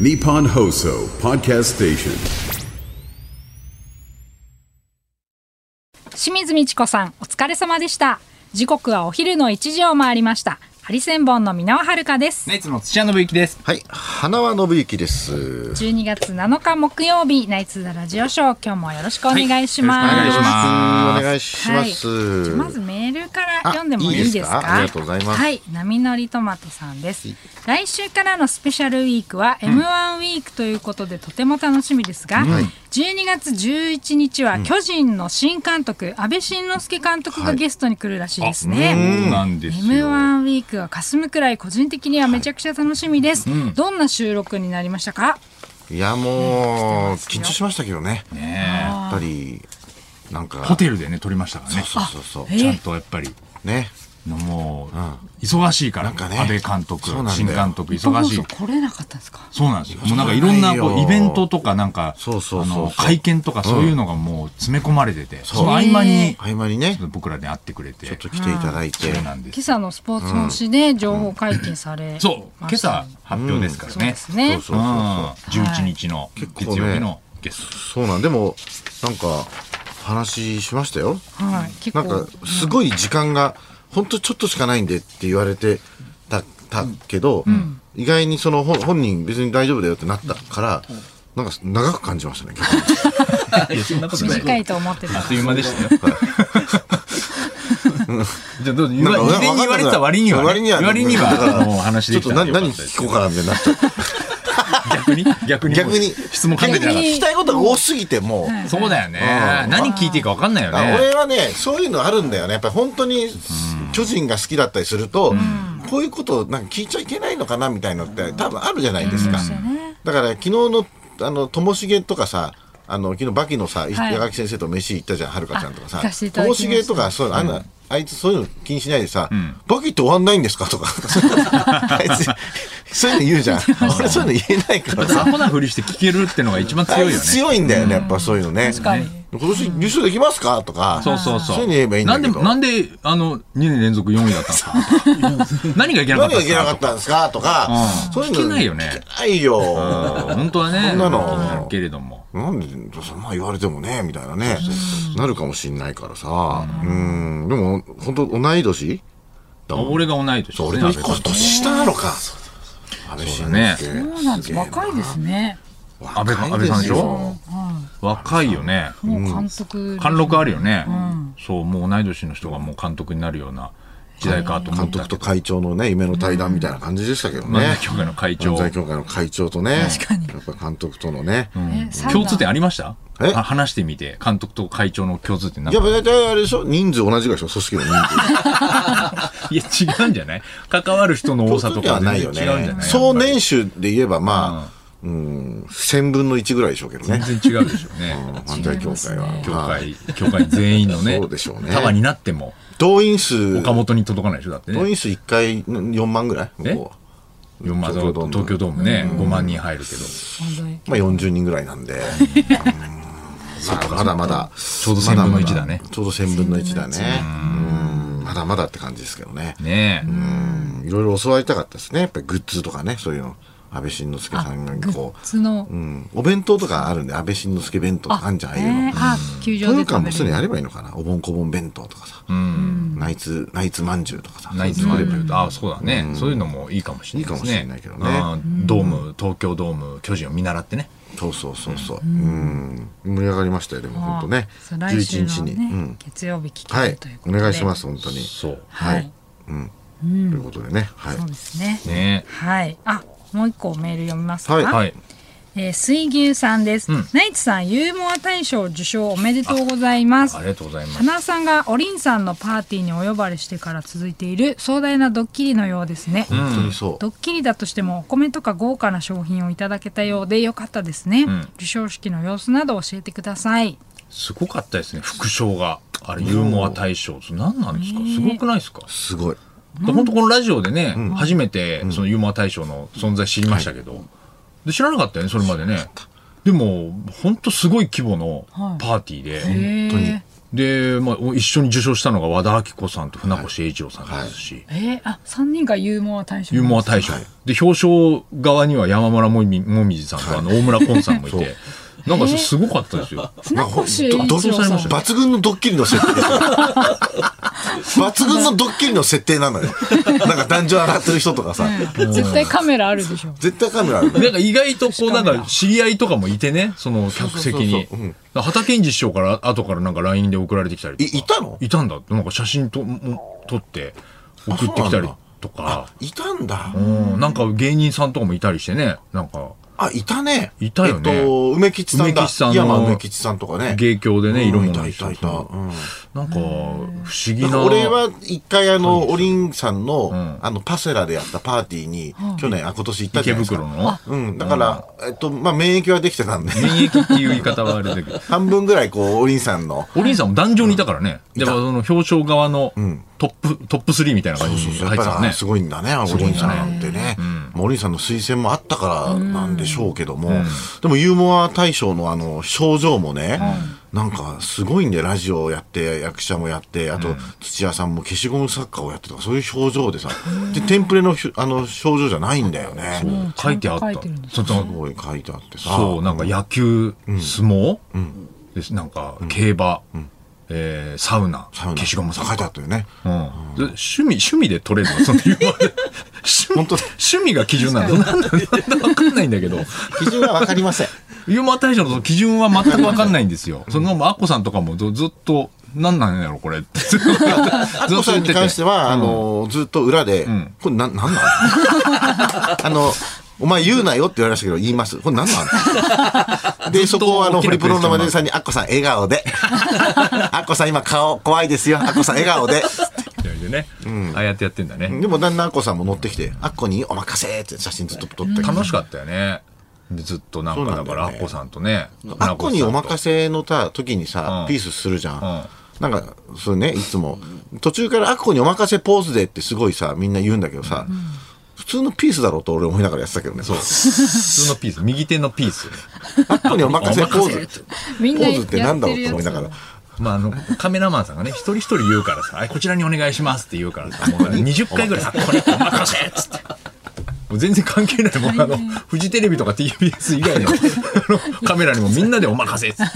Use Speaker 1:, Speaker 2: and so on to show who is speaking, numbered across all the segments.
Speaker 1: Nippon Hoso Podcast Station.
Speaker 2: 清水美智子さんお疲れ様でした時刻はお昼の1時を回りましたハリセンボンの箕輪遥です
Speaker 3: ナイツの土屋信之です。
Speaker 4: はい、花輪信之です。
Speaker 2: 12月7日木曜日ナイツザラジオショー今日もよろしくお願いします、
Speaker 3: はいよろしくお願いします
Speaker 4: お願いし
Speaker 2: は
Speaker 4: ま
Speaker 2: い
Speaker 4: す。
Speaker 2: じゃあまずメールから読んでも
Speaker 4: あ
Speaker 2: いいですか
Speaker 4: いいですかありがとうございます
Speaker 2: はい波乗りトマトさんです来週からのスペシャルウィークは M1 ウィークということでとても楽しみですが、12月11日は巨人の新監督安倍晋之助監督がゲストに来るらしいですね、
Speaker 3: そうなんですよ。
Speaker 2: M1 ウィークは霞むくらい個人的にはめちゃくちゃ楽しみです、どんな収録になりましたか
Speaker 4: いやもう
Speaker 2: 来てますよ
Speaker 4: 緊張しましたけどね。
Speaker 3: ね
Speaker 4: やっぱりなんか
Speaker 3: ホテルでね撮りましたからね。
Speaker 4: そうそうそう
Speaker 2: え
Speaker 4: そ
Speaker 3: ちゃんとやっぱり
Speaker 4: うね。
Speaker 3: もう忙しいから
Speaker 4: なんかね
Speaker 3: 安倍監督
Speaker 4: そうなんだ
Speaker 3: 新
Speaker 4: よ
Speaker 3: 監督忙しい
Speaker 2: 放。送来れなかったんですか
Speaker 3: そうなんですよ。もうなんかいろんなこ
Speaker 4: そう
Speaker 3: う
Speaker 4: よ
Speaker 3: イベントとかなんかあ
Speaker 4: そうそうそうそう
Speaker 3: の会見とかそういうのがもう詰め込まれてて、その合間に
Speaker 4: 合間にね
Speaker 3: ちょっと僕らで会ってくれて
Speaker 4: ちょっ、と来ていただいて。
Speaker 3: そうなんで
Speaker 2: 今
Speaker 3: す。
Speaker 2: 朝のスポーツの誌で情報解禁され、
Speaker 3: そう今朝発表ですから
Speaker 2: そうで
Speaker 3: ね。
Speaker 2: すね
Speaker 4: そう
Speaker 3: う
Speaker 4: そ
Speaker 3: ん
Speaker 4: うそう
Speaker 3: 11日の月曜日のゲスト。
Speaker 4: そうなんでもなんか話しましたよ。
Speaker 2: はい結
Speaker 4: な
Speaker 2: 構
Speaker 4: んかすごい時間が本当ちょっとしかないんでって言われてたたけど、意外にその本本人別に大丈夫だよってなったから、なんか長く感じましたね。結構
Speaker 3: いやそん なことない
Speaker 2: 短いと思ってた
Speaker 3: あっという間でしたよ。 じゃあどうぞ言わ事前に言われてた割にはね、
Speaker 4: 割には、
Speaker 3: 割に
Speaker 4: だから
Speaker 3: は、もう話でき
Speaker 4: ち
Speaker 3: た
Speaker 4: ょっ
Speaker 3: ん
Speaker 4: と
Speaker 3: で
Speaker 4: な
Speaker 3: よかっ
Speaker 4: 何
Speaker 3: たです
Speaker 4: 聞こうかなみたいになっちゃう
Speaker 3: 逆に逆に。
Speaker 4: 逆に
Speaker 3: 質問考えてなかっ
Speaker 2: 逆に
Speaker 4: 聞きたいことが多すぎてもう、
Speaker 3: た。そうだよね。
Speaker 4: うん
Speaker 3: 何聞いていいか分かんないよ
Speaker 4: あ俺
Speaker 3: ね。
Speaker 4: はねそういうのあるんだよねやっぱり本当に巨人が好きだったりすると、こういうことをなんか聞いちゃいけないのかなみたいのって多分あるじゃないですか、だから昨日のあのともしげとかさあの昨日バキのさ、
Speaker 2: はい
Speaker 4: 矢垣先生と飯行ったじゃんはるかちゃんとか
Speaker 2: あ行かせてい
Speaker 4: さ
Speaker 2: ただ
Speaker 4: と
Speaker 2: き
Speaker 4: も
Speaker 2: ました
Speaker 4: しげとかそういうのあんなあいつそういうの気にしないでさ、バキって終わんないんですかと かあいつそういうの言うじゃん 俺そういうの言えないからさ
Speaker 3: アホなふりして聞けるってのが一番強いよね。
Speaker 4: 強いんだよね、やっぱそういうのね。確
Speaker 2: かに
Speaker 4: 今年優勝できますかとか。
Speaker 3: そうそうそう。
Speaker 4: そういうの言えばいいんだけど。
Speaker 3: なんで、なんで、あの、2年連続4位だったんです か何がいけなかったん
Speaker 4: 何が
Speaker 3: で
Speaker 4: い
Speaker 3: す
Speaker 4: けなかっ
Speaker 3: か
Speaker 4: たんですかとか
Speaker 3: う。ん
Speaker 4: そういうの。
Speaker 3: 聞けないよね
Speaker 4: 聞けないよ。
Speaker 3: 本当はね、
Speaker 4: そんなの
Speaker 3: 気になるけれども。
Speaker 4: なんで、そんな言われてもね、みたいなね。なるかもしんないからさ。うん。でも、本当同い年だもん。
Speaker 3: 俺が同い年
Speaker 4: そう、俺と一個年下なのか。安倍晋之助
Speaker 2: そうなんです若いですね
Speaker 3: 安倍さん安倍さんでしょ若いよね。
Speaker 2: もう監督
Speaker 3: 貫禄あるよね、そうもう同い年の人がもう監督になるような時代かと思っ
Speaker 4: 監
Speaker 3: た
Speaker 4: 督
Speaker 3: け
Speaker 4: と
Speaker 3: ど
Speaker 4: 会長のね、夢の対談みたいな感じでしたけど
Speaker 3: 漫才。
Speaker 4: ね
Speaker 3: 協会の会長
Speaker 4: 漫才協会の会長とね。やっぱ監督とのね。
Speaker 2: ねサウナ
Speaker 3: 共通点ありました
Speaker 4: え
Speaker 3: あ話してみて監督と会長の共通点なん
Speaker 4: や
Speaker 3: か
Speaker 4: っぱ大体あれでしょ人数同じぐらいでしょ組織の人数。
Speaker 3: いや違うんじゃない関わる人の多さと
Speaker 4: で
Speaker 3: か
Speaker 4: は
Speaker 3: 全
Speaker 4: ない
Speaker 3: 然違
Speaker 4: よ
Speaker 3: うんじゃない
Speaker 4: ね。総
Speaker 3: やっ
Speaker 4: 年収で言えばまあ、うん、1000分の1ぐらいでしょうけど
Speaker 3: ぱり
Speaker 4: ね。
Speaker 3: 全然違うでしょうね
Speaker 4: 犯罪協会は。
Speaker 3: 協
Speaker 4: は
Speaker 3: 会
Speaker 4: い
Speaker 3: 協会全員のね
Speaker 4: そうでしょうね
Speaker 3: タワーになっても
Speaker 4: 動員数、
Speaker 3: 岡
Speaker 4: 動
Speaker 3: 本に届かないでしょだってね
Speaker 4: 員数1回4万ぐらい向こ
Speaker 3: 4万
Speaker 4: 東京ドーム
Speaker 3: 東京ドームね5万人入るけど
Speaker 2: 本当に
Speaker 4: うは。まあ40人ぐらいなん で。まあまだまだ。ち
Speaker 3: ょうど1000分の1だね
Speaker 4: ちょうど1000分の1だね。うんまだまだって感じですけどね。
Speaker 3: ねえ
Speaker 4: うんいろいろ教わりたかったですね。やっぱりグッズとかね、そういうの。安倍晋之助さん
Speaker 2: グ
Speaker 4: がこう
Speaker 2: ッ。ズの
Speaker 4: うん、お弁当とかあるんで安倍晋之助弁当とかあんじゃんああいうの、
Speaker 2: ねあ球場で
Speaker 4: 豊川
Speaker 2: 食べ
Speaker 4: もそういう
Speaker 2: る
Speaker 4: のやればいいのかなおぼんこぼん弁当とかさ、ナイツナイツまんじゅうとかさ
Speaker 3: ナイツマレブルと、あそうだね、そういうのもいいかもしれないですね。
Speaker 4: いいかもしれないけどね
Speaker 3: うんドーム、東京ドーム、巨人を見習ってね。
Speaker 4: そうそうそうそう、うん盛り上がりましたよでも本当ね
Speaker 2: そう来週
Speaker 4: 11日
Speaker 2: の
Speaker 4: に、
Speaker 2: ね
Speaker 4: うん、
Speaker 2: 月曜日聞け
Speaker 4: は
Speaker 2: る
Speaker 4: い
Speaker 2: というこ
Speaker 4: お
Speaker 2: とで
Speaker 4: 願いします本当に
Speaker 3: そう。
Speaker 2: は
Speaker 4: はいいということでねはい
Speaker 2: そうですね
Speaker 3: ね
Speaker 2: はいあもう一個メール読みますか
Speaker 4: はい
Speaker 3: はい。
Speaker 2: えー水牛さんです、ナイツさんユーモア大賞受賞おめでとうございます
Speaker 3: ありがとうございます。
Speaker 2: 花さんがおりんさんのパーティーにお呼ばれしてから続いている壮大なドッキリのようですね、
Speaker 4: 本当にそう、
Speaker 2: ドッキリだとしてもお米とか豪華な商品をいただけたようでよかったですね、授賞式の様子など教えてください
Speaker 3: すごかったですね、副賞が。あれ、ユーモア大賞。何なんですかすごくないですか
Speaker 4: すごい
Speaker 3: 本当このラジオでね、初めてそのユーモア大賞の存在知りましたけど、で知らなかったよね、それまでね。でも、本当すごい規模のパーティーで、
Speaker 2: へえ
Speaker 3: で、まあ、お一緒に受賞したのが和田アキ子さんと船越英一郎さんですし、
Speaker 2: えー、あ三人がユーモア大賞
Speaker 3: ユーモア大賞、で表彰側には山村もみもみじさんとあの大村コンさんもいて、なんかすごかったですよ。
Speaker 2: 船越英一郎
Speaker 4: どう
Speaker 3: されま
Speaker 2: さ
Speaker 3: し
Speaker 2: ん
Speaker 3: た
Speaker 4: 抜群のドッキリの設定抜群のドッキリの設定なのよ なんか男女洗ってる人とかさ
Speaker 2: 絶対カメラあるでしょ
Speaker 4: 絶対カメラある
Speaker 3: なんか意外とこうなんか知り合いとかもいてね、その客席に。畑健二師匠から後からなんか LINE で送られてきたりとか。
Speaker 4: いいたの
Speaker 3: いたんだ。なんか写真とも撮って送ってきたりとか。
Speaker 4: いたんだ
Speaker 3: うん、なんか芸人さんとかもいたりしてね、なんか
Speaker 4: あいたね
Speaker 3: いたよね
Speaker 4: えっと梅吉さんだ
Speaker 3: 梅吉さんの
Speaker 4: 山梅吉さんとかね
Speaker 3: 芸協でね、
Speaker 4: うん
Speaker 3: いろん
Speaker 4: い
Speaker 3: な
Speaker 4: たい
Speaker 3: 人
Speaker 4: たいた、うん
Speaker 3: なんか不思議な。
Speaker 4: 俺は一回あの、おりんさんの、
Speaker 3: ん
Speaker 4: あの、パセラでやったパーティーに、去年、あ、今年行った
Speaker 3: 池
Speaker 4: じゃないです
Speaker 3: 袋
Speaker 4: か。
Speaker 3: の
Speaker 4: うん、だから、えっと、まあ、免疫はできてたんで、
Speaker 3: 免疫っていう言い方はあれだけど。
Speaker 4: 半分ぐらいこう、おりんさんの、
Speaker 3: おりんさんも壇上にいたからね。
Speaker 4: い
Speaker 3: やったぱその表彰側のトップ、トップ3みたいな感じに入
Speaker 4: や
Speaker 3: っ
Speaker 4: っ
Speaker 3: て
Speaker 4: ぱ
Speaker 3: た
Speaker 4: り
Speaker 3: ね
Speaker 4: あ。すごいんだね、あのおりんさんなんてね。まあおりんさんの推薦もあったからなんでしょうけども、でもユーモア大賞のあの、症状もね、なんかすごいんで、ラジオをやって、役者もやって、あと土屋さんも消しゴム作家をやってとか、そういう表情でさ、で、テンプレのひょあの、症状じゃないんだよね。
Speaker 3: 書いてあっ
Speaker 2: ちゃん
Speaker 3: た
Speaker 2: と書いてるんだ。
Speaker 3: そ
Speaker 4: す
Speaker 3: の
Speaker 4: ごい書いてあってさ。
Speaker 3: そう、なんか野球、相撲、ですなんか競馬、えーサウナ、
Speaker 4: サウナ
Speaker 3: 消しゴムさん
Speaker 4: 書いてあったよね。
Speaker 3: うんで趣味、趣味で取れるのその言 われ
Speaker 4: 本当だ
Speaker 3: 趣味が基準なのなんだなんだわかんないんだけど。
Speaker 4: 基準はわかり ません。
Speaker 3: ユーモア大賞のその基準は全くわかんないんですよ。そのアッコさんとかもずずっと、なんなんやろこれって。ずっと
Speaker 4: アッコさんに関しては、あの、ずっと裏で、これな、なんなん あの、お前言うなよって言われましたけど、言います。これなんなんで、そこをあ の、
Speaker 3: ずっと大き
Speaker 4: ホ
Speaker 3: な
Speaker 4: リプロのマネージャーさんに、アッコさん笑顔で。 アッコさん今顔怖いですよ。アッコさん笑顔で。
Speaker 3: でね、ああやってやってんだね。
Speaker 4: でもだんだんアッコさんも乗ってきて、アッコにお任せって写真ずっと撮ってきて
Speaker 3: 楽しかったよね。でずっとなん
Speaker 4: そうな
Speaker 3: か
Speaker 4: んだ
Speaker 3: だ
Speaker 4: よ
Speaker 3: か
Speaker 4: ね
Speaker 3: ら、アッコさんとね。
Speaker 4: アッコにお
Speaker 3: 船越さんと
Speaker 4: 任せのた時にさ、
Speaker 3: うん
Speaker 4: ピースするじゃん。
Speaker 3: ん
Speaker 4: なんか、そうね、いつも、途中からアッコにお任せポーズでってすごいさ、みんな言うんだけどさ、普通のピースだろうと俺思いながらやってたけどね。そう。
Speaker 3: 普通のピース、右手のピース。
Speaker 4: アッコにお任せポーズ。
Speaker 2: みん
Speaker 4: ポ
Speaker 2: な
Speaker 4: ーズ
Speaker 2: や
Speaker 4: っ
Speaker 2: って
Speaker 4: てなんだろう
Speaker 2: る
Speaker 4: と
Speaker 2: や
Speaker 4: 思い
Speaker 2: つ
Speaker 4: ながら。
Speaker 3: まあ、あの、カメラマンさんがね、一人一人言うからさ、あこちらにお願いしますって言うからさ、もう20回ぐら いさ、これお任せっつって。もう全然関係ない。もうあの、フジテレビとか TBS 以外のあのカメラにもみんなでお任せっつっ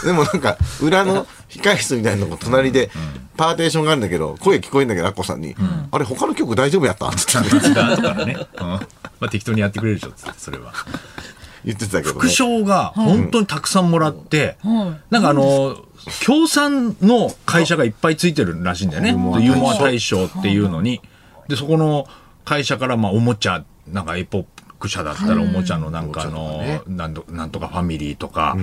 Speaker 3: て。
Speaker 4: でもなんか、裏の控室みたいなのも隣で、パーテーションがあるんだけど、声聞こえんだけど、アッコさんに、あれ、他の曲大丈夫やったって
Speaker 3: 後からね。うんまあ適当にやってくれるでしょっつって、それは。
Speaker 4: 言ってたけど
Speaker 3: 副
Speaker 4: ね。
Speaker 3: 賞が本当にたくさんもらって、
Speaker 2: ん
Speaker 3: なんかあの、協賛の会社がいっぱいついてるらしいんだよね。でユーモア大賞っていうのに。で、そこの会社から、まあ、おもちゃ、なんかエポック社だったらおもちゃのなんかあの、なんとなんとかファミリーとか、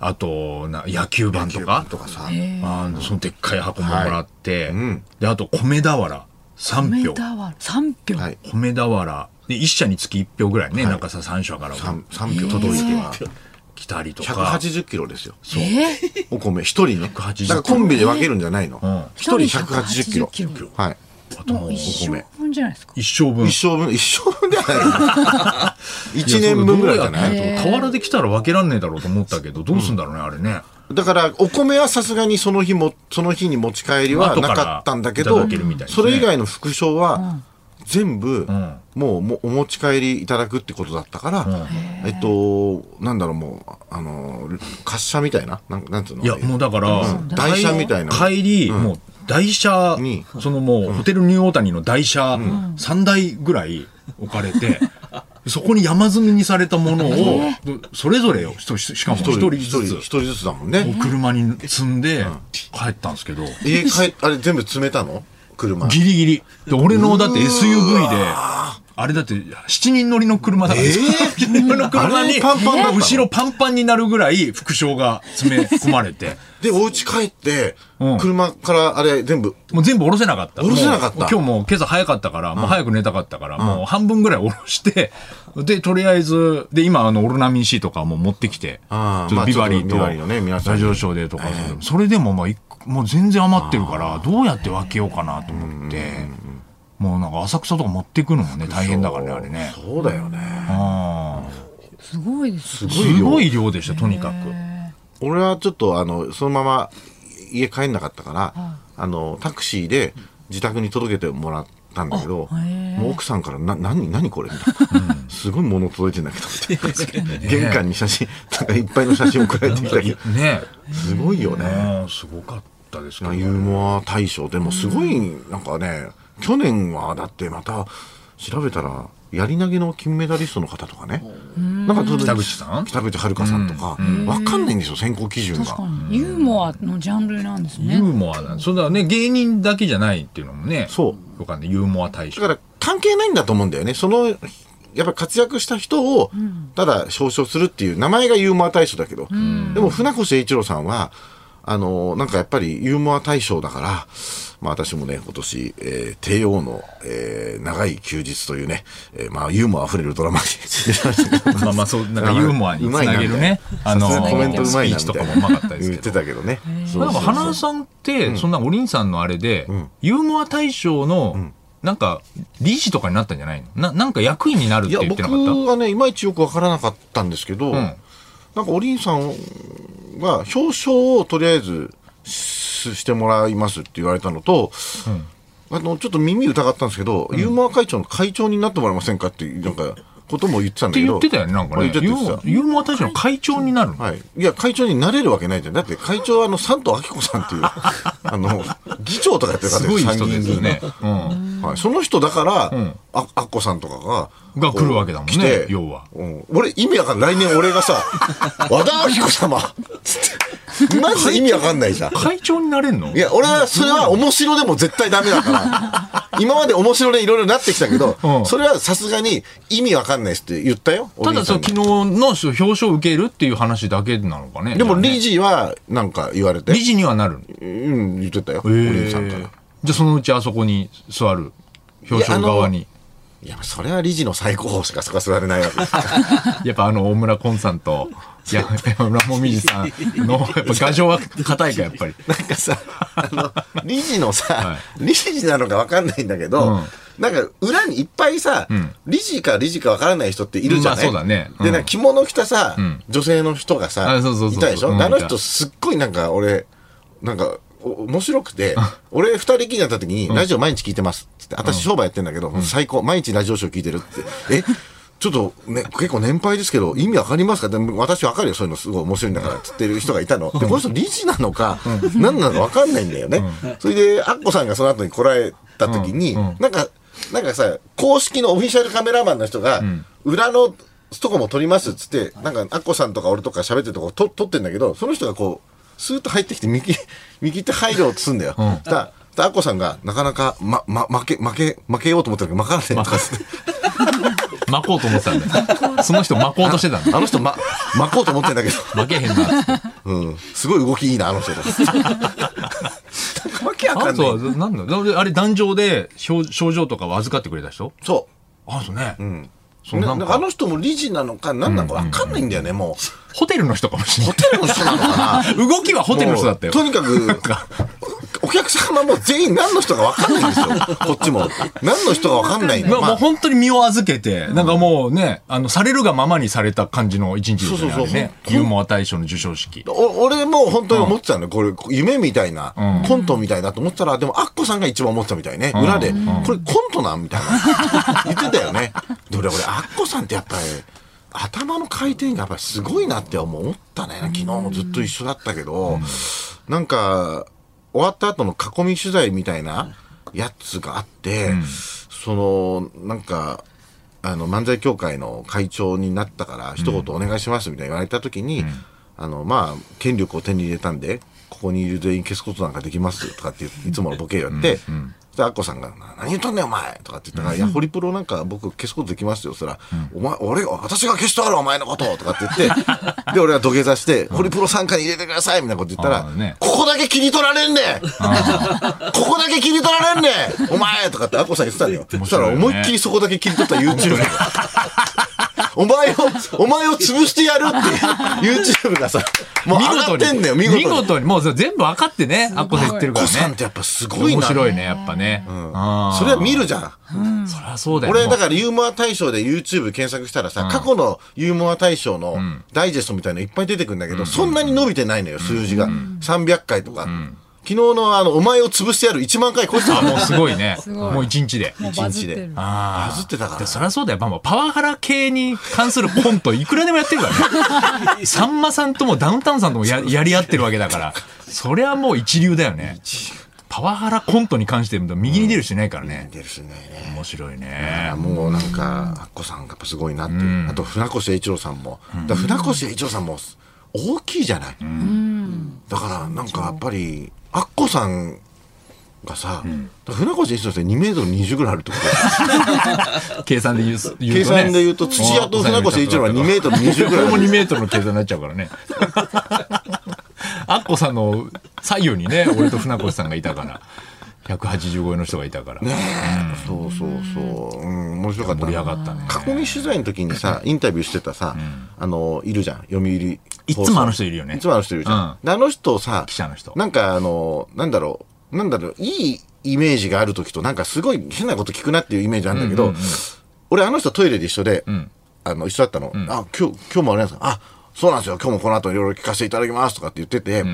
Speaker 3: あとな野球盤とか、
Speaker 4: とかさ、
Speaker 3: あのそのでっかい箱ももらって、で、あと米俵3票
Speaker 2: メ。ダワ三票
Speaker 4: はい
Speaker 3: 米俵。で、1社につき1票ぐらいね、なんかさ、3社から
Speaker 4: 3票
Speaker 3: 届いて
Speaker 4: て。
Speaker 3: 来たりとか。
Speaker 4: 180キロですよ。
Speaker 2: えー
Speaker 4: お米、一人ね。だから
Speaker 3: 180
Speaker 4: コンビで分けるんじゃないの。一、人180キロ。
Speaker 2: 180キロ
Speaker 4: はい。
Speaker 3: あとも
Speaker 2: も
Speaker 3: う
Speaker 2: う一生分じゃないですか
Speaker 3: 一生分。
Speaker 4: 一生分、一生分ではない。一年分ぐらいじゃない
Speaker 3: いやそうどうやって河原で来たら分けらんねえだろうと思ったけど、どうすんだろうね、あれね。
Speaker 4: だから、お米はさすがにその日も、その日に持ち帰りは
Speaker 3: 後から
Speaker 4: なかったんだけ
Speaker 3: い
Speaker 4: ど、
Speaker 3: ただけるみたいです
Speaker 4: そ
Speaker 3: ね
Speaker 4: れ以外の副賞は、全部、
Speaker 3: ん
Speaker 4: もうもうお持ち帰りいただくってことだったから、えっと、なんだろう、もう、あの、滑車みたいな、なんなんつうの
Speaker 3: いや、もうだから、
Speaker 4: 台車みたいな
Speaker 3: 帰り、もう台車
Speaker 4: に、
Speaker 3: そのもう、ホテルニューオータニの台車、3台ぐらい置かれて、 そこに山積みにされたものを、それぞれよ、ししかも一人
Speaker 4: 一人
Speaker 3: ずつ
Speaker 4: 一、人ずつだも
Speaker 3: お
Speaker 4: んね。
Speaker 3: 車に積んで、帰ったんですけど、
Speaker 4: 家帰、あれ全部詰めたの車。
Speaker 3: ギリギリ。で俺の、だって SUV で、あれだって、7人乗りの車だから、
Speaker 4: えー
Speaker 3: 7人乗りの車
Speaker 4: あれ
Speaker 3: に、
Speaker 4: パンパンだったの
Speaker 3: 後ろパンパンになるぐらい、副賞が詰め込まれて、
Speaker 4: で、お家帰って
Speaker 3: うん、
Speaker 4: 車からあれ全部、
Speaker 3: もう全部下ろせなかった。
Speaker 4: 下ろせなかった
Speaker 3: もう今日もう今朝早かったから、もう早く寝たかったから、もう半分ぐらい下ろして、で、とりあえず、で、今、あの、オルナミン C とかも持ってきて、ちょ
Speaker 4: あー
Speaker 3: っと
Speaker 4: まあ
Speaker 3: ビバリー
Speaker 4: ちょっとビバリーのね皆
Speaker 3: と、
Speaker 4: さ
Speaker 3: ラ
Speaker 4: んに
Speaker 3: ジオショーでとか、それでも、まあ、いくもう全然余ってるから、どうやって分けようかなと思って、もうなんか浅草とか持ってくのもね、大変だからね、あれね。
Speaker 4: そうだよね。
Speaker 3: あー
Speaker 2: すごいです
Speaker 3: すごい量でした、とにかく。
Speaker 4: 俺はちょっとあのそのまま家帰んなかったから、あのタクシーで自宅に届けてもらったんだけど、もう奥さんからな何何これみたいな、すごい物届いてんだけどって玄関に写真なんかいっぱいの写真送られてき たけど
Speaker 3: ね
Speaker 4: すごいよね。
Speaker 3: あーすごかったですけど
Speaker 4: ユーモア大賞でもすごいなんかね、去年はだってまた調べたらやり投げの金メダリストの方とかね、なんかその
Speaker 3: 北口さん
Speaker 4: 北口遥さんとか、わかんないんですよ選考基準が
Speaker 2: 確かにユーモアのジャンルなんです
Speaker 3: ユー
Speaker 2: ね。
Speaker 3: モアなんそうだね芸人だけじゃないっていうのもね
Speaker 4: そう
Speaker 3: よかったユーモア大
Speaker 4: だ
Speaker 3: 賞
Speaker 4: から関係ないんだと思うんだよねそのやっぱ活躍した人をただ表彰するっていう名前がユーモア大賞だけど、でも船越英一郎さんはあのなんかやっぱりユーモア大賞だから、まあ、私もね今年、えー帝王の、えー長い休日というね、えーまあ、ユーモアあふれるドラマに
Speaker 3: まあまあそうなんかユーモアにつなげるねあ
Speaker 4: あ
Speaker 3: の
Speaker 4: のコメントう
Speaker 3: ス
Speaker 4: まい
Speaker 3: ピ
Speaker 4: な
Speaker 3: ーチ
Speaker 4: み
Speaker 3: と
Speaker 4: た
Speaker 3: か
Speaker 4: い
Speaker 3: も
Speaker 4: な
Speaker 3: うまかったです
Speaker 4: 言っ
Speaker 3: け
Speaker 4: て
Speaker 3: ど
Speaker 4: たけどね
Speaker 3: まあでも花
Speaker 4: う
Speaker 3: 田さんってそんなおりんさんのあれでユーモア大賞のなんか理事とかになったんじゃないのななんか役員になるっ
Speaker 4: い
Speaker 3: て
Speaker 4: や
Speaker 3: 言って
Speaker 4: 僕
Speaker 3: なかった
Speaker 4: はねいまいちよくわからなかったんですけど、
Speaker 3: ん
Speaker 4: なんかおりんさんは表彰をとりあえずししてもらいますって言われたのと、あのちょっと耳疑ったんですけど、ユーモア会長の会長になってもらえませんかっていうなんかことも言ってたん
Speaker 3: っ
Speaker 4: だ
Speaker 3: て
Speaker 4: け
Speaker 3: 言
Speaker 4: ど
Speaker 3: ってたよねなんか
Speaker 4: まあ
Speaker 3: ね
Speaker 4: 言ってた
Speaker 3: ユ
Speaker 4: 言ってた
Speaker 3: ーユーモア大賞の会長になるの
Speaker 4: はい、いや会長になれるわけないじゃんだって会長はあの山東明子さ んっていうあの議長とかやってる方
Speaker 3: すごい人ですよね
Speaker 4: 参議院議
Speaker 3: う
Speaker 4: 員
Speaker 3: ん
Speaker 4: のはい、その人だから、
Speaker 3: ん
Speaker 4: ああっこさんとかが
Speaker 3: が来るわけだもんね
Speaker 4: こう来て
Speaker 3: 要は
Speaker 4: うん、俺意味わかんない来年俺がさ 「和田アキ子様」つってマジで意味わかんないじゃん
Speaker 3: 会長になれんの
Speaker 4: いや俺はそれは面白でも絶対ダメ だから今まで面白でいろいろなってきたけど、
Speaker 3: うん
Speaker 4: それはさすがに意味わかんないっすって言ったよ
Speaker 3: ただそ
Speaker 4: お
Speaker 3: う
Speaker 4: 兄さ
Speaker 3: 昨
Speaker 4: ん
Speaker 3: 日
Speaker 4: に
Speaker 3: のそう表彰を受けるっていう話だけなのかね
Speaker 4: で
Speaker 3: じ
Speaker 4: も
Speaker 3: ゃあね
Speaker 4: 理事はなんか言われて
Speaker 3: 理事にはなるの
Speaker 4: うん、言ってたよ、お
Speaker 3: え
Speaker 4: 兄さんから。
Speaker 3: じゃあそのうちあそこに座る表彰側に
Speaker 4: いや、それは理事の最高峰しかそこは座れないわけですから。
Speaker 3: やっぱあの大村昆さんといや山村紅葉さんのやっぱ牙城は硬いかやっぱり
Speaker 4: なんかさ、あ の、理事のさ、
Speaker 3: は
Speaker 4: 理事なのかわかんないんだけど、
Speaker 3: うん
Speaker 4: なんか裏にいっぱいさ、
Speaker 3: ん
Speaker 4: 理事か理事かわからない人っているじゃな
Speaker 3: ま
Speaker 4: い、
Speaker 3: あそうだねうん
Speaker 4: で、なんか着物着たさ、
Speaker 3: ん
Speaker 4: 女性の人がさ、
Speaker 3: あそうそうそうそう
Speaker 4: いたでしょ、
Speaker 3: うん
Speaker 4: あの
Speaker 3: いた
Speaker 4: 人すっごいなんか俺、なんか、お面白く て、俺二人きりになった時に、ラジオ毎日聞いてます。つって、私商売やってんだけど、最高、毎日ラジオショー聞いてるって。えちょっとね、結構年配ですけど、意味わかりますかでも私わかるよ、そういうのすごい面白いんだから、つってる人がいたの。で、この人理事なのか、何なのかわかんないんだよね。それで、アッコさんがその後に来られた時に、
Speaker 3: うんうん
Speaker 4: なんか、なんかさ、公式のオフィシャルカメラマンの人が、裏のとこも撮りますっつって、なんか、アッコさんとか俺とか喋ってるとこ撮撮ってんだけど、その人がこう、スーッと入ってきて、 右、右手入ろうとすんだよ。だだアッコさんが、なかなか、ま、ま、負け、負け、負けようと思ったけど、負かんねえとかっつって、
Speaker 3: 巻こうと思ってたんだよその人巻こうとしてたんだ
Speaker 4: あの人、ま、負こうと思ってんだけど、
Speaker 3: 負けへんなっつって
Speaker 4: うん、すごい動きいいな、あの人とか っつって。なんかわけわか
Speaker 3: あ
Speaker 4: ん
Speaker 3: と
Speaker 4: ない
Speaker 3: は。なんだろうあれ壇上で症症状とかを預かってくれた人
Speaker 4: そ
Speaker 3: あそうね
Speaker 4: う。。
Speaker 3: そううんな
Speaker 4: なんなんかあ
Speaker 3: か
Speaker 4: の人も理事なのか、何なのかわかんないんだよね、もう。
Speaker 3: ホテルの人かもしれ
Speaker 4: ホテルの人なのかな
Speaker 3: ない動きはホテルの人だったよ
Speaker 4: もうとに かく、お客様も全員何の人か分かんないんですよ。こっちも。何の人か分かんない。
Speaker 3: まあ、
Speaker 4: ま
Speaker 3: もう
Speaker 4: あ
Speaker 3: 本当に身を預けて、なんかもうね、あの、されるがままにされた感じの一日ですよね。
Speaker 4: そうそうそう
Speaker 3: あれねユーモア大賞の授賞式。
Speaker 4: お俺も本当に思ってたのよこれ夢みたいな、コントみたいなと思ってたらでもアッコさんが一番思ってたみたいね裏で、これコントなんみたいな 言ってたよねで俺俺アッコさんってやっぱり頭の回転がやっぱりすごいなって思ったね昨日もずっと一緒だったけど、なんか終わった後の囲み取材みたいなやつがあって、そのなんかあの漫才協会の会長になったから一言お願いしますみたいな言われた時に、あのまあ権力を手に入れたんでここにいる全員消すことなんかできますとかっていつものボケやって、そしたらアッコさんが「何言っとんねんお前!」とかって言ったから「いやホリプロなんか僕消すことできますよ」そしたら「お前俺私が消しとるお前のこと!」とかって言ってで俺は土下座して「ホリプロ傘下に入れてください」みたいなこと言った
Speaker 3: あ
Speaker 4: ら
Speaker 3: ーね
Speaker 4: 「ここだけ切り取られんねんここだけ切り取られんねんお前!」とかってアッコさん言ってたのよそしたら思いっきりそこだけ切り取った YouTube が。お前を、お前を潰してやるっていう YouTube がさ、もう上がってんだよ、見事に。
Speaker 3: 見事にもう全部分かってね、アッコさん言ってるか
Speaker 4: コさ
Speaker 3: ら
Speaker 4: んっ
Speaker 3: ね
Speaker 4: て。やっぱすごい
Speaker 3: 面
Speaker 4: な。
Speaker 3: 白いね、やっぱね。うん
Speaker 4: それは見るじゃん。
Speaker 3: そりゃそうだよ。
Speaker 4: 俺、だ
Speaker 3: ら、
Speaker 4: からユーモア大賞で YouTube 検索したらさ、過去のユーモア大賞のダイジェストみたいのいっぱい出てくるんだけど、そんなに伸びてないのよ、数字が。300回とか。昨日のあの、お前を潰してやる1万回超えてた
Speaker 3: あ、もうすごい ね。
Speaker 2: ごい
Speaker 3: もう一日で。
Speaker 2: もうバズって
Speaker 4: 一日
Speaker 2: る
Speaker 4: で
Speaker 3: あ
Speaker 4: バズってた
Speaker 3: あ。
Speaker 4: か
Speaker 3: で
Speaker 4: ら。
Speaker 3: そりゃそうだよ。まあまあ、パワハラ系に関するコントいくらでもやってるから ね。さんまさんともダウンタウンさんともややり合ってるわけだから。そりゃもう一流だよね。パワハラコントに関しても右に出るしないからね。
Speaker 4: 出るしね。
Speaker 3: 面白いね。
Speaker 4: もうなんか、アッコさんがやっぱすごいなっていう。あと、船越英一郎さんも。だから船越英一郎さんも大きいじゃない。だから、なんかやっぱり、アッコさんがさ、だから船越英一郎さん2メートル20ぐらいあるってことだよ
Speaker 3: 計算 で言う言うとね。
Speaker 4: 計算で言うと土屋と船越英一郎は2メートル20ぐらい
Speaker 3: これも2メートルの計算になっちゃうからね。アッコさんの左右にね、俺と船越さんがいたから。180超えの人がいたから。
Speaker 4: そうそうそう、うん、面白かったな
Speaker 3: 盛り上がったね
Speaker 4: 囲み取材の時にさインタビューしてたさ、あのいるじゃん読売
Speaker 3: いつもあの人いるよね
Speaker 4: いつもあの人いるじゃん、
Speaker 3: うん
Speaker 4: であの人さ
Speaker 3: 記者の人
Speaker 4: なんかあのなんだろうなんだろういいイメージがある時となんかすごい変なこと聞くなっていうイメージなんだけど、俺あの人トイレで一緒で、あの一緒だったの、あ今日今日もあれなんですかあそうなんですよ今日もこの後いろいろ聞かせていただきますとかって言ってて、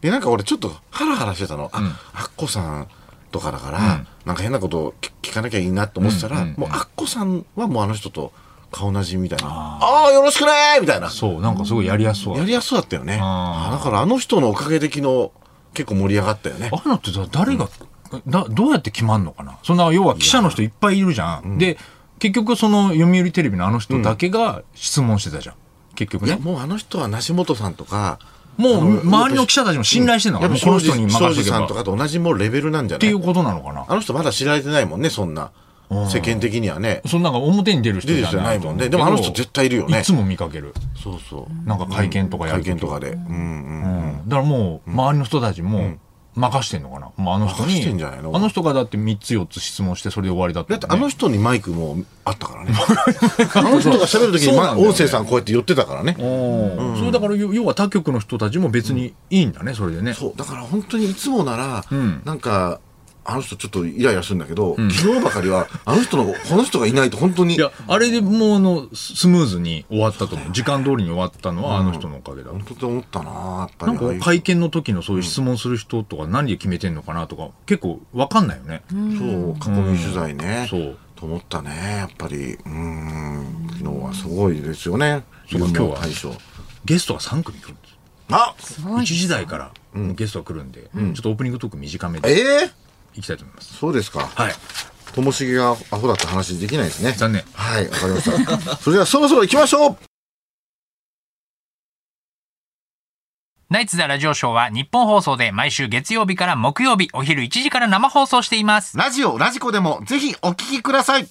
Speaker 4: でなんか俺ちょっとハラハラしてたの、あアッコさんとかだから、なんか変なことを聞聞かなきゃいいなと思ってたら、もうアッコさんはもうあの人と顔なじみみたいなああーよろしくねーみたいな
Speaker 3: そう、なんかすごいやりやすそうだ
Speaker 4: や
Speaker 3: った
Speaker 4: りやすそうだったよね
Speaker 3: あ
Speaker 4: あだからあの人のおかげで昨日結構盛り上がったよね
Speaker 3: ああいうのってだ誰が、だどうやって決まんのかなそんな、要は記者の人いっぱいいるじゃん。で、結局その読売テレビのあの人だけが質問してたじゃん。結局
Speaker 4: いや
Speaker 3: ね。
Speaker 4: もうあの人は梨本さんとか
Speaker 3: もう
Speaker 4: あの
Speaker 3: 周りの記者たちも信頼してんのかな
Speaker 4: やっぱ
Speaker 3: もうこの人に任せとけば
Speaker 4: 庄司さんとかと同じもうレベルなんじ
Speaker 3: っ
Speaker 4: ゃな
Speaker 3: てい
Speaker 4: いう
Speaker 3: ことなのかな
Speaker 4: あの人まだ知られてないもんねそんな世間的にはね
Speaker 3: そんなんか表に出る人
Speaker 4: 出てる人じゃないもんねでもあの人絶対いるよね
Speaker 3: いつも見かける。
Speaker 4: そうそう
Speaker 3: なんか会見とかやる
Speaker 4: 会
Speaker 3: 時は
Speaker 4: 見とかでうんうん
Speaker 3: うんだからもう、周りの人たちも、任してんのかなもうあの人
Speaker 4: 任してん
Speaker 3: に。
Speaker 4: じゃないの
Speaker 3: あの人がだって3つ4つ質問して、それで終わりだったも
Speaker 4: だ
Speaker 3: ん
Speaker 4: っ
Speaker 3: ね、
Speaker 4: てあの人にマイクもあったからね あの人が喋る時に、ま、
Speaker 3: そうなんだよね
Speaker 4: 音声さんこうやって寄ってたからね
Speaker 3: おーそれだから、要要は他局の人たちも別にいいんだね、それでね。
Speaker 4: そうだから本当にいつもなら、
Speaker 3: ん
Speaker 4: なんかあの人ちょっとイライラするんだけど、昨日ばかりはあの人のこの人がいないと本当に
Speaker 3: いや、あれでもう、あの、ススムーズに終わったと思う。時間通りに終わったのは、あの人のおかげだ。
Speaker 4: 本当って思ったなやっぱ
Speaker 3: な
Speaker 4: り
Speaker 3: んか会見の時のそういう質問する人とか何で決めてんのかなとか結構わかんないよね。
Speaker 4: そう囲み取材ね、
Speaker 3: そう
Speaker 4: と思ったねやっぱりうん昨日はすごいですよね
Speaker 3: そうか
Speaker 4: 有名
Speaker 3: 今日は
Speaker 4: 大賞
Speaker 3: ゲストが3組来るんです。
Speaker 4: あ
Speaker 2: すご
Speaker 3: 1
Speaker 2: い
Speaker 3: 時台からゲストが来るんで、ちょっとオープニングトーク短め
Speaker 4: え
Speaker 3: で
Speaker 4: ー、
Speaker 3: いきたいと思います。
Speaker 4: そうですか
Speaker 3: はい。
Speaker 4: ともしげがアホだった話できないですね
Speaker 3: 残念
Speaker 4: はいわかりましたそれではそろそろ行きましょう
Speaker 5: ナイツザラジオショーは日本放送で毎週月曜日から木曜日お昼1時から生放送しています。
Speaker 4: ラジオラジコでもぜひお聞きください